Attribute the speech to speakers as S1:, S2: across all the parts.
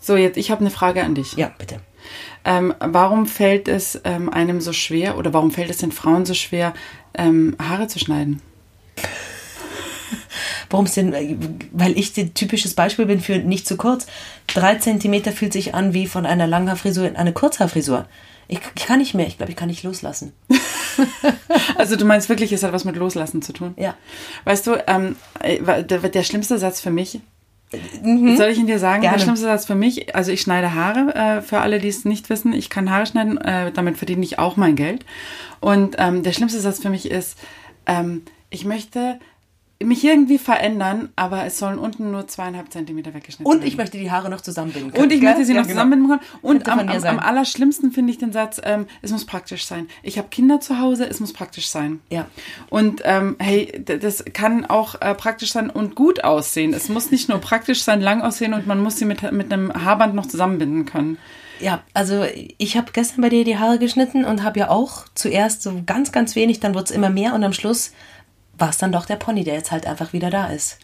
S1: So, jetzt, ich habe eine Frage an dich.
S2: Ja, bitte.
S1: Ähm, warum fällt es ähm, einem so schwer oder warum fällt es den Frauen so schwer, ähm, Haare zu schneiden?
S2: Warum es denn, weil ich ein typisches Beispiel bin für nicht zu kurz. Drei Zentimeter fühlt sich an wie von einer Langhaarfrisur in eine Kurzhaarfrisur. Ich, ich kann nicht mehr, ich glaube, ich kann nicht loslassen.
S1: Also du meinst wirklich, es hat was mit Loslassen zu tun?
S2: Ja.
S1: Weißt du, ähm, äh, der, der schlimmste Satz für mich, soll ich ihn dir sagen?
S2: Hm? Gerne.
S1: Der schlimmste Satz für mich, also ich schneide Haare, äh, für alle, die es nicht wissen, ich kann Haare schneiden, äh, damit verdiene ich auch mein Geld. Und ähm, der schlimmste Satz für mich ist, ähm, ich möchte mich irgendwie verändern, aber es sollen unten nur zweieinhalb Zentimeter weggeschnitten
S2: Und ich
S1: werden.
S2: möchte die Haare noch zusammenbinden können.
S1: Und ich
S2: Gell?
S1: möchte sie
S2: Ja,
S1: noch
S2: genau.
S1: zusammenbinden können. Und
S2: Könnte
S1: am,
S2: von mir
S1: am, am
S2: sein.
S1: allerschlimmsten finde ich den Satz, ähm, es muss praktisch sein. Ich habe Kinder zu Hause, es muss praktisch sein.
S2: Ja.
S1: Und ähm, hey, d- das kann auch äh, praktisch sein und gut aussehen. Es muss nicht nur praktisch sein, lang aussehen und man muss sie mit, mit einem Haarband noch zusammenbinden können.
S2: Ja, also ich habe gestern bei dir die Haare geschnitten und habe ja auch zuerst so ganz, ganz wenig, dann wurde es immer mehr und am Schluss war es dann doch der Pony, der jetzt halt einfach wieder da ist.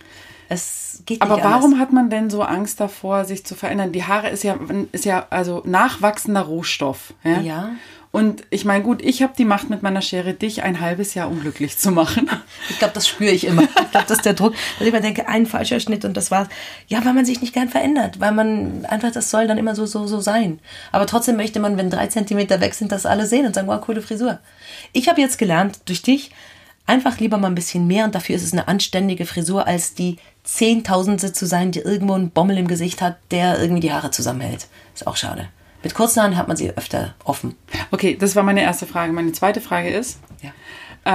S2: Es geht
S1: Aber
S2: nicht
S1: warum
S2: anders.
S1: hat man denn so Angst davor, sich zu verändern? Die Haare ist ja, ist ja also nachwachsender Rohstoff. Ja.
S2: Ja.
S1: Und ich meine, gut, ich habe die Macht mit meiner Schere, dich ein halbes Jahr unglücklich zu machen.
S2: Ich glaube, das spüre ich immer. Ich glaube, das ist der Druck, dass ich mir denke, ein falscher Schnitt und das war's. Ja, weil man sich nicht gern verändert, weil man einfach, das soll dann immer so, so, so sein. Aber trotzdem möchte man, wenn drei Zentimeter weg sind, das alle sehen und sagen, wow, coole Frisur. Ich habe jetzt gelernt, durch dich, einfach lieber mal ein bisschen mehr und dafür ist es eine anständige Frisur, als die Zehntausendste zu sein, die irgendwo einen Bommel im Gesicht hat, der irgendwie die Haare zusammenhält. Ist auch schade. Mit kurzen Haaren hat man sie öfter offen.
S1: Okay, das war meine erste Frage. Meine zweite Frage ist,
S2: Ja.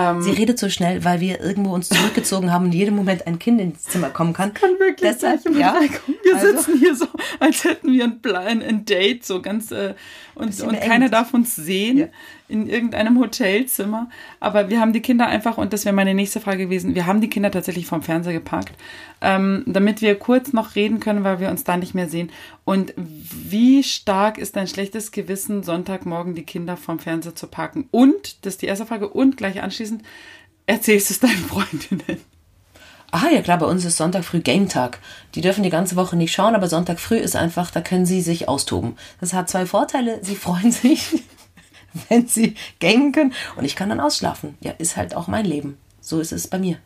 S1: ähm,
S2: Sie redet so schnell, weil wir irgendwo uns zurückgezogen haben und jeden Moment ein Kind ins Zimmer kommen kann.
S1: kann wirklich
S2: Deshalb,
S1: gleich um im
S2: ja,
S1: Hintergrund. Wir
S2: also,
S1: sitzen hier so, als hätten wir ein, Pla- ein, ein Date, so ganz äh, und,
S2: Bisschen
S1: und
S2: beengt.
S1: keiner darf uns sehen
S2: Ja.
S1: in irgendeinem Hotelzimmer. Aber wir haben die Kinder einfach, und das wäre meine nächste Frage gewesen, wir haben die Kinder tatsächlich vom Fernseher geparkt, ähm, damit wir kurz noch reden können, weil wir uns da nicht mehr sehen. Und wie stark ist dein schlechtes Gewissen, Sonntagmorgen die Kinder vom Fernseher zu parken? Und, das ist die erste Frage, und gleich anschließend, erzählst du es deinen Freundinnen?
S2: Ah ja klar, bei uns ist Sonntag früh Game-Tag. Die dürfen die ganze Woche nicht schauen, aber Sonntag früh ist einfach, da können sie sich austoben. Das hat zwei Vorteile. Sie freuen sich, wenn sie gamen können und ich kann dann ausschlafen. Ja, ist halt auch mein Leben. So ist es bei mir.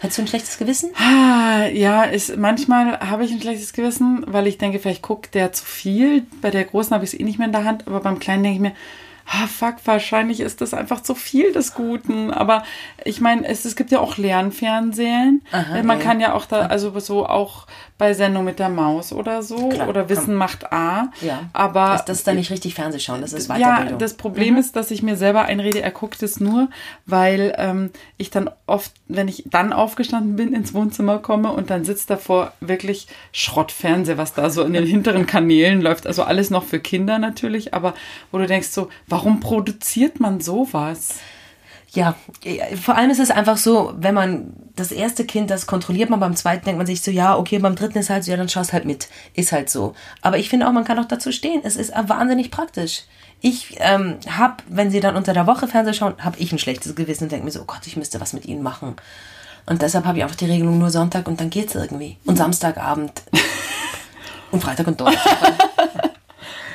S2: Hättest du ein schlechtes Gewissen?
S1: Ah, ja, ist, manchmal habe ich ein schlechtes Gewissen, weil ich denke, vielleicht guckt der zu viel. Bei der Großen habe ich es eh nicht mehr in der Hand, aber beim Kleinen denke ich mir, ah, fuck, wahrscheinlich ist das einfach zu viel des Guten. Aber ich meine, es, es gibt ja auch Lernfernsehen. Äh,
S2: Aha,
S1: Man
S2: ja.
S1: kann ja auch da, also so auch bei Sendung mit der Maus oder so.
S2: Klar,
S1: oder
S2: komm.
S1: Wissen macht A.
S2: Ja.
S1: Aber
S2: das, das ist dann nicht richtig Fernsehschauen, das ist Weiterbildung.
S1: ja, das Problem ist, dass ich mir selber einrede, er guckt es nur, weil ähm, ich dann oft, wenn ich dann aufgestanden bin, ins Wohnzimmer komme und dann sitzt davor wirklich Schrottfernseher, was da so in den hinteren Kanälen läuft. Also alles noch für Kinder natürlich, aber wo du denkst so, warum produziert man sowas?
S2: Ja, eh, vor allem ist es einfach so, wenn man das erste Kind, das kontrolliert man, beim zweiten denkt man sich so, ja, okay, beim dritten ist halt so, ja, dann schaust halt mit. Ist halt so. Aber ich finde auch, man kann auch dazu stehen. Es ist wahnsinnig praktisch. Ich ähm, hab, wenn sie dann unter der Woche Fernsehen schauen, hab ich ein schlechtes Gewissen und denke mir so, oh Gott, ich müsste was mit ihnen machen. Und deshalb habe ich einfach die Regelung nur Sonntag und dann geht's irgendwie. Und Samstagabend. und Freitag und Donnerstag.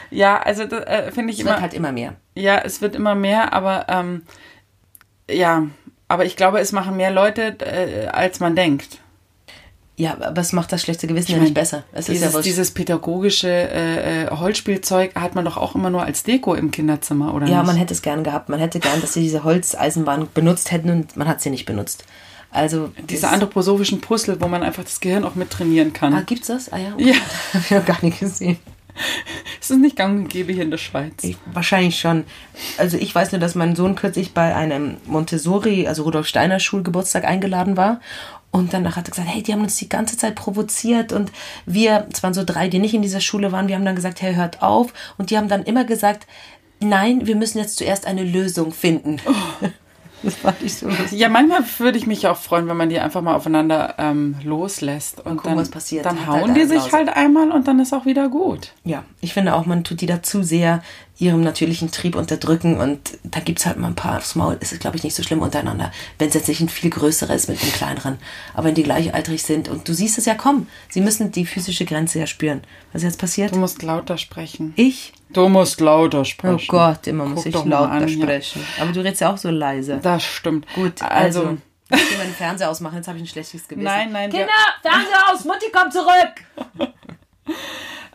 S1: Ja, also das äh, finde ich
S2: Es
S1: immer.
S2: wird halt immer mehr.
S1: Ja, es wird immer mehr, aber ähm, ja, aber ich glaube, es machen mehr Leute, äh, als man denkt.
S2: Ja, aber es macht das schlechte Gewissen ja nicht besser. Es ist
S1: dieses,
S2: ja wurscht.
S1: dieses pädagogische äh, äh, Holzspielzeug hat man doch auch immer nur als Deko im Kinderzimmer, oder
S2: Ja,
S1: nicht?
S2: man hätte es gern gehabt. Man hätte gern, dass sie diese Holzeisenbahn benutzt hätten und man hat sie nicht benutzt. Also
S1: Diese
S2: das-
S1: anthroposophischen Puzzle, wo man einfach das Gehirn auch mit trainieren kann.
S2: Ah, gibt's das? Ah ja,
S1: Ja.
S2: hab ich noch gar nicht gesehen.
S1: Es ist nicht gang und gäbe hier in der Schweiz.
S2: Ich, wahrscheinlich schon. Also ich weiß nur, dass mein Sohn kürzlich bei einem Montessori, also Rudolf Steiner Schulgeburtstag eingeladen war. Und danach hat er gesagt, hey, die haben uns die ganze Zeit provoziert. Und wir, es waren so drei, die nicht in dieser Schule waren, wir haben dann gesagt, hey, hört auf. Und die haben dann immer gesagt, nein, wir müssen jetzt zuerst eine Lösung finden. Das fand ich so lustig.
S1: Ja, manchmal würde ich mich auch freuen, wenn man die einfach mal aufeinander ähm, loslässt und
S2: gucken,
S1: dann,
S2: was passiert.
S1: dann
S2: Hat
S1: hauen
S2: halt
S1: die
S2: einen
S1: sich
S2: Laus.
S1: halt einmal und dann ist auch wieder gut.
S2: Ja, ich finde auch, man tut die dazu sehr ihrem natürlichen Trieb unterdrücken und da gibt es halt mal ein paar aufs Maul. Es ist, glaube ich, nicht so schlimm untereinander, wenn es jetzt nicht ein viel größeres mit einem kleineren, aber wenn die gleichaltrig sind und du siehst es ja kommen. Sie müssen die physische Grenze ja spüren. Was ist jetzt passiert?
S1: Du musst lauter sprechen.
S2: Ich?
S1: Du musst lauter
S2: Oh
S1: sprechen.
S2: Gott, immer muss
S1: Guck
S2: ich
S1: doch mal
S2: lauter
S1: an, ja.
S2: sprechen. Aber du redest ja auch so leise.
S1: Das stimmt.
S2: Gut, also.
S1: also.
S2: Ich will meinen Fernseher ausmachen, jetzt habe ich ein schlechtes Gewissen.
S1: Nein, nein, wir-
S2: Kinder, Fernseher aus, Mutti kommt zurück!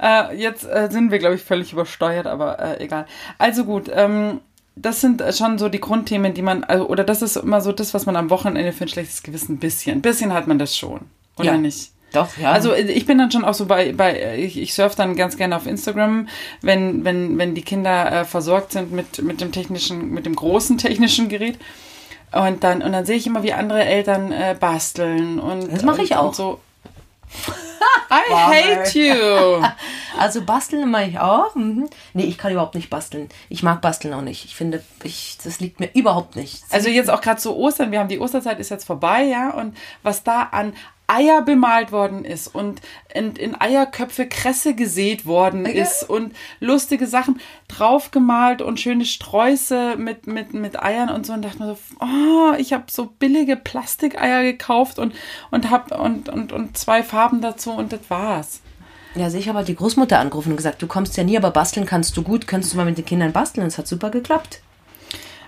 S1: Äh, jetzt äh, sind wir, glaube ich, völlig übersteuert, aber äh, egal. Also gut, ähm, das sind äh, schon so die Grundthemen, die man, also, oder das ist immer so das, was man am Wochenende für ein schlechtes Gewissen, ein bisschen, ein bisschen hat man das schon, oder
S2: Ja.
S1: nicht?
S2: Doch, ja.
S1: Also äh, ich bin dann schon auch so bei, bei ich, ich surfe dann ganz gerne auf Instagram, wenn, wenn, wenn die Kinder äh, versorgt sind mit, mit dem technischen, mit dem großen technischen Gerät. Und dann, und dann sehe ich immer, wie andere Eltern äh, basteln und
S2: Das mache ich
S1: und,
S2: auch.
S1: Und so. I hate you.
S2: Also basteln mache ich auch. Mhm. Nee, ich kann überhaupt nicht basteln. Ich mag basteln auch nicht. Ich finde, ich, das liegt mir überhaupt nicht.
S1: Also jetzt auch gerade zu Ostern, wir haben die Osterzeit ist jetzt vorbei, ja, und was da an Eier bemalt worden ist und in, in Eierköpfe Kresse gesät worden ist und lustige Sachen draufgemalt und schöne Sträuße mit, mit, mit Eiern und so und dachte mir so, oh, ich habe so billige Plastikeier gekauft und, und hab und, und, und zwei Farben dazu und das war's.
S2: Ja, also sicher, aber halt die Großmutter angerufen und gesagt, du kommst ja nie, aber basteln kannst du gut, kannst du mal mit den Kindern basteln. Das hat super geklappt.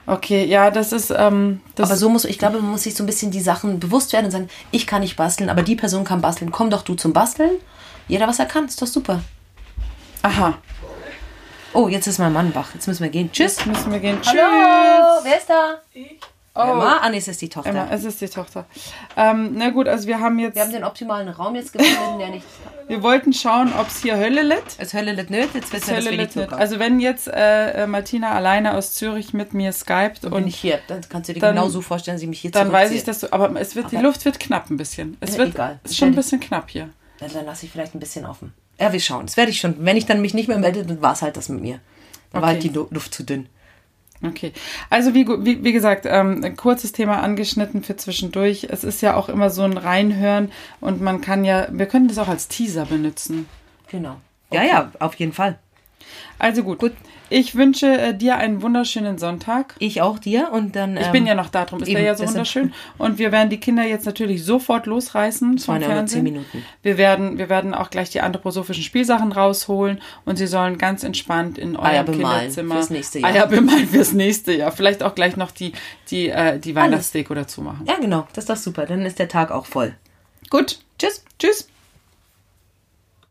S1: Okay, ja, das ist, ähm, das
S2: Aber so muss, ich glaube, man muss sich so ein bisschen die Sachen bewusst werden und sagen, ich kann nicht basteln, aber die Person kann basteln. Komm doch du zum Basteln. Jeder, was er kann, ist doch super.
S1: aha,
S2: Oh, jetzt ist mein Mann wach. Jetzt müssen wir gehen. Tschüss.
S1: jetzt müssen wir gehen.
S2: Hallo, wer ist da?
S1: Oh,
S2: Emma? Ah, nee, es ist die Tochter.
S1: Emma, es ist die Tochter. Ähm, na gut, also wir haben jetzt.
S2: Wir haben den optimalen Raum jetzt gefunden, der nicht...
S1: Wir wollten schauen, ob es hier Hölle litt.
S2: Es Hölle litt nicht, jetzt wissen wir, dass
S1: Hölle
S2: wir nicht
S1: litt nicht.
S2: zukommen.
S1: Also wenn jetzt äh, äh, Martina alleine aus Zürich mit mir skypt
S2: bin
S1: und
S2: ich hier. Dann kannst du dir
S1: Dann-
S2: genau so vorstellen, dass ich mich hier
S1: dann weiß ich,
S2: zurückziehe.
S1: dass du. Aber es wird, die
S2: Aber-
S1: Luft wird knapp ein bisschen. Es
S2: Äh,
S1: wird
S2: egal.
S1: ist schon ein bisschen knapp hier.
S2: Dann, dann lasse ich vielleicht ein bisschen offen. Ja, wir schauen. Das werde ich schon. Wenn ich dann mich nicht mehr melde, dann war es halt das mit mir. Dann war
S1: Okay.
S2: halt die Lu- Luft zu dünn.
S1: Okay. Also wie, gu- wie, wie gesagt, ähm, ein kurzes Thema angeschnitten für zwischendurch. Es ist ja auch immer so ein Reinhören und man kann ja, wir können das auch als Teaser benutzen.
S2: Genau. Ja, ja, auf jeden Fall.
S1: Also gut. gut. Ich wünsche äh, dir einen wunderschönen Sonntag.
S2: Ich auch dir und dann.
S1: Ich bin ja noch da, drum ist der
S2: Ähm, eben,
S1: ja so
S2: das sind-
S1: wunderschön. Und wir werden die Kinder jetzt natürlich sofort losreißen
S2: waren
S1: vom
S2: ja nur
S1: Fernsehen.
S2: 10 Minuten.
S1: Wir werden, wir werden auch gleich die anthroposophischen Spielsachen rausholen und sie sollen ganz entspannt in eurem
S2: Eier bemalen
S1: Kinderzimmer
S2: fürs nächste Jahr.
S1: Eier bemalen fürs nächste Jahr. Vielleicht auch gleich noch die, die, äh, die Weihnachtsdeko dazu machen.
S2: Ja, genau. Das ist doch super. Dann ist der Tag auch voll.
S1: Gut, tschüss, tschüss.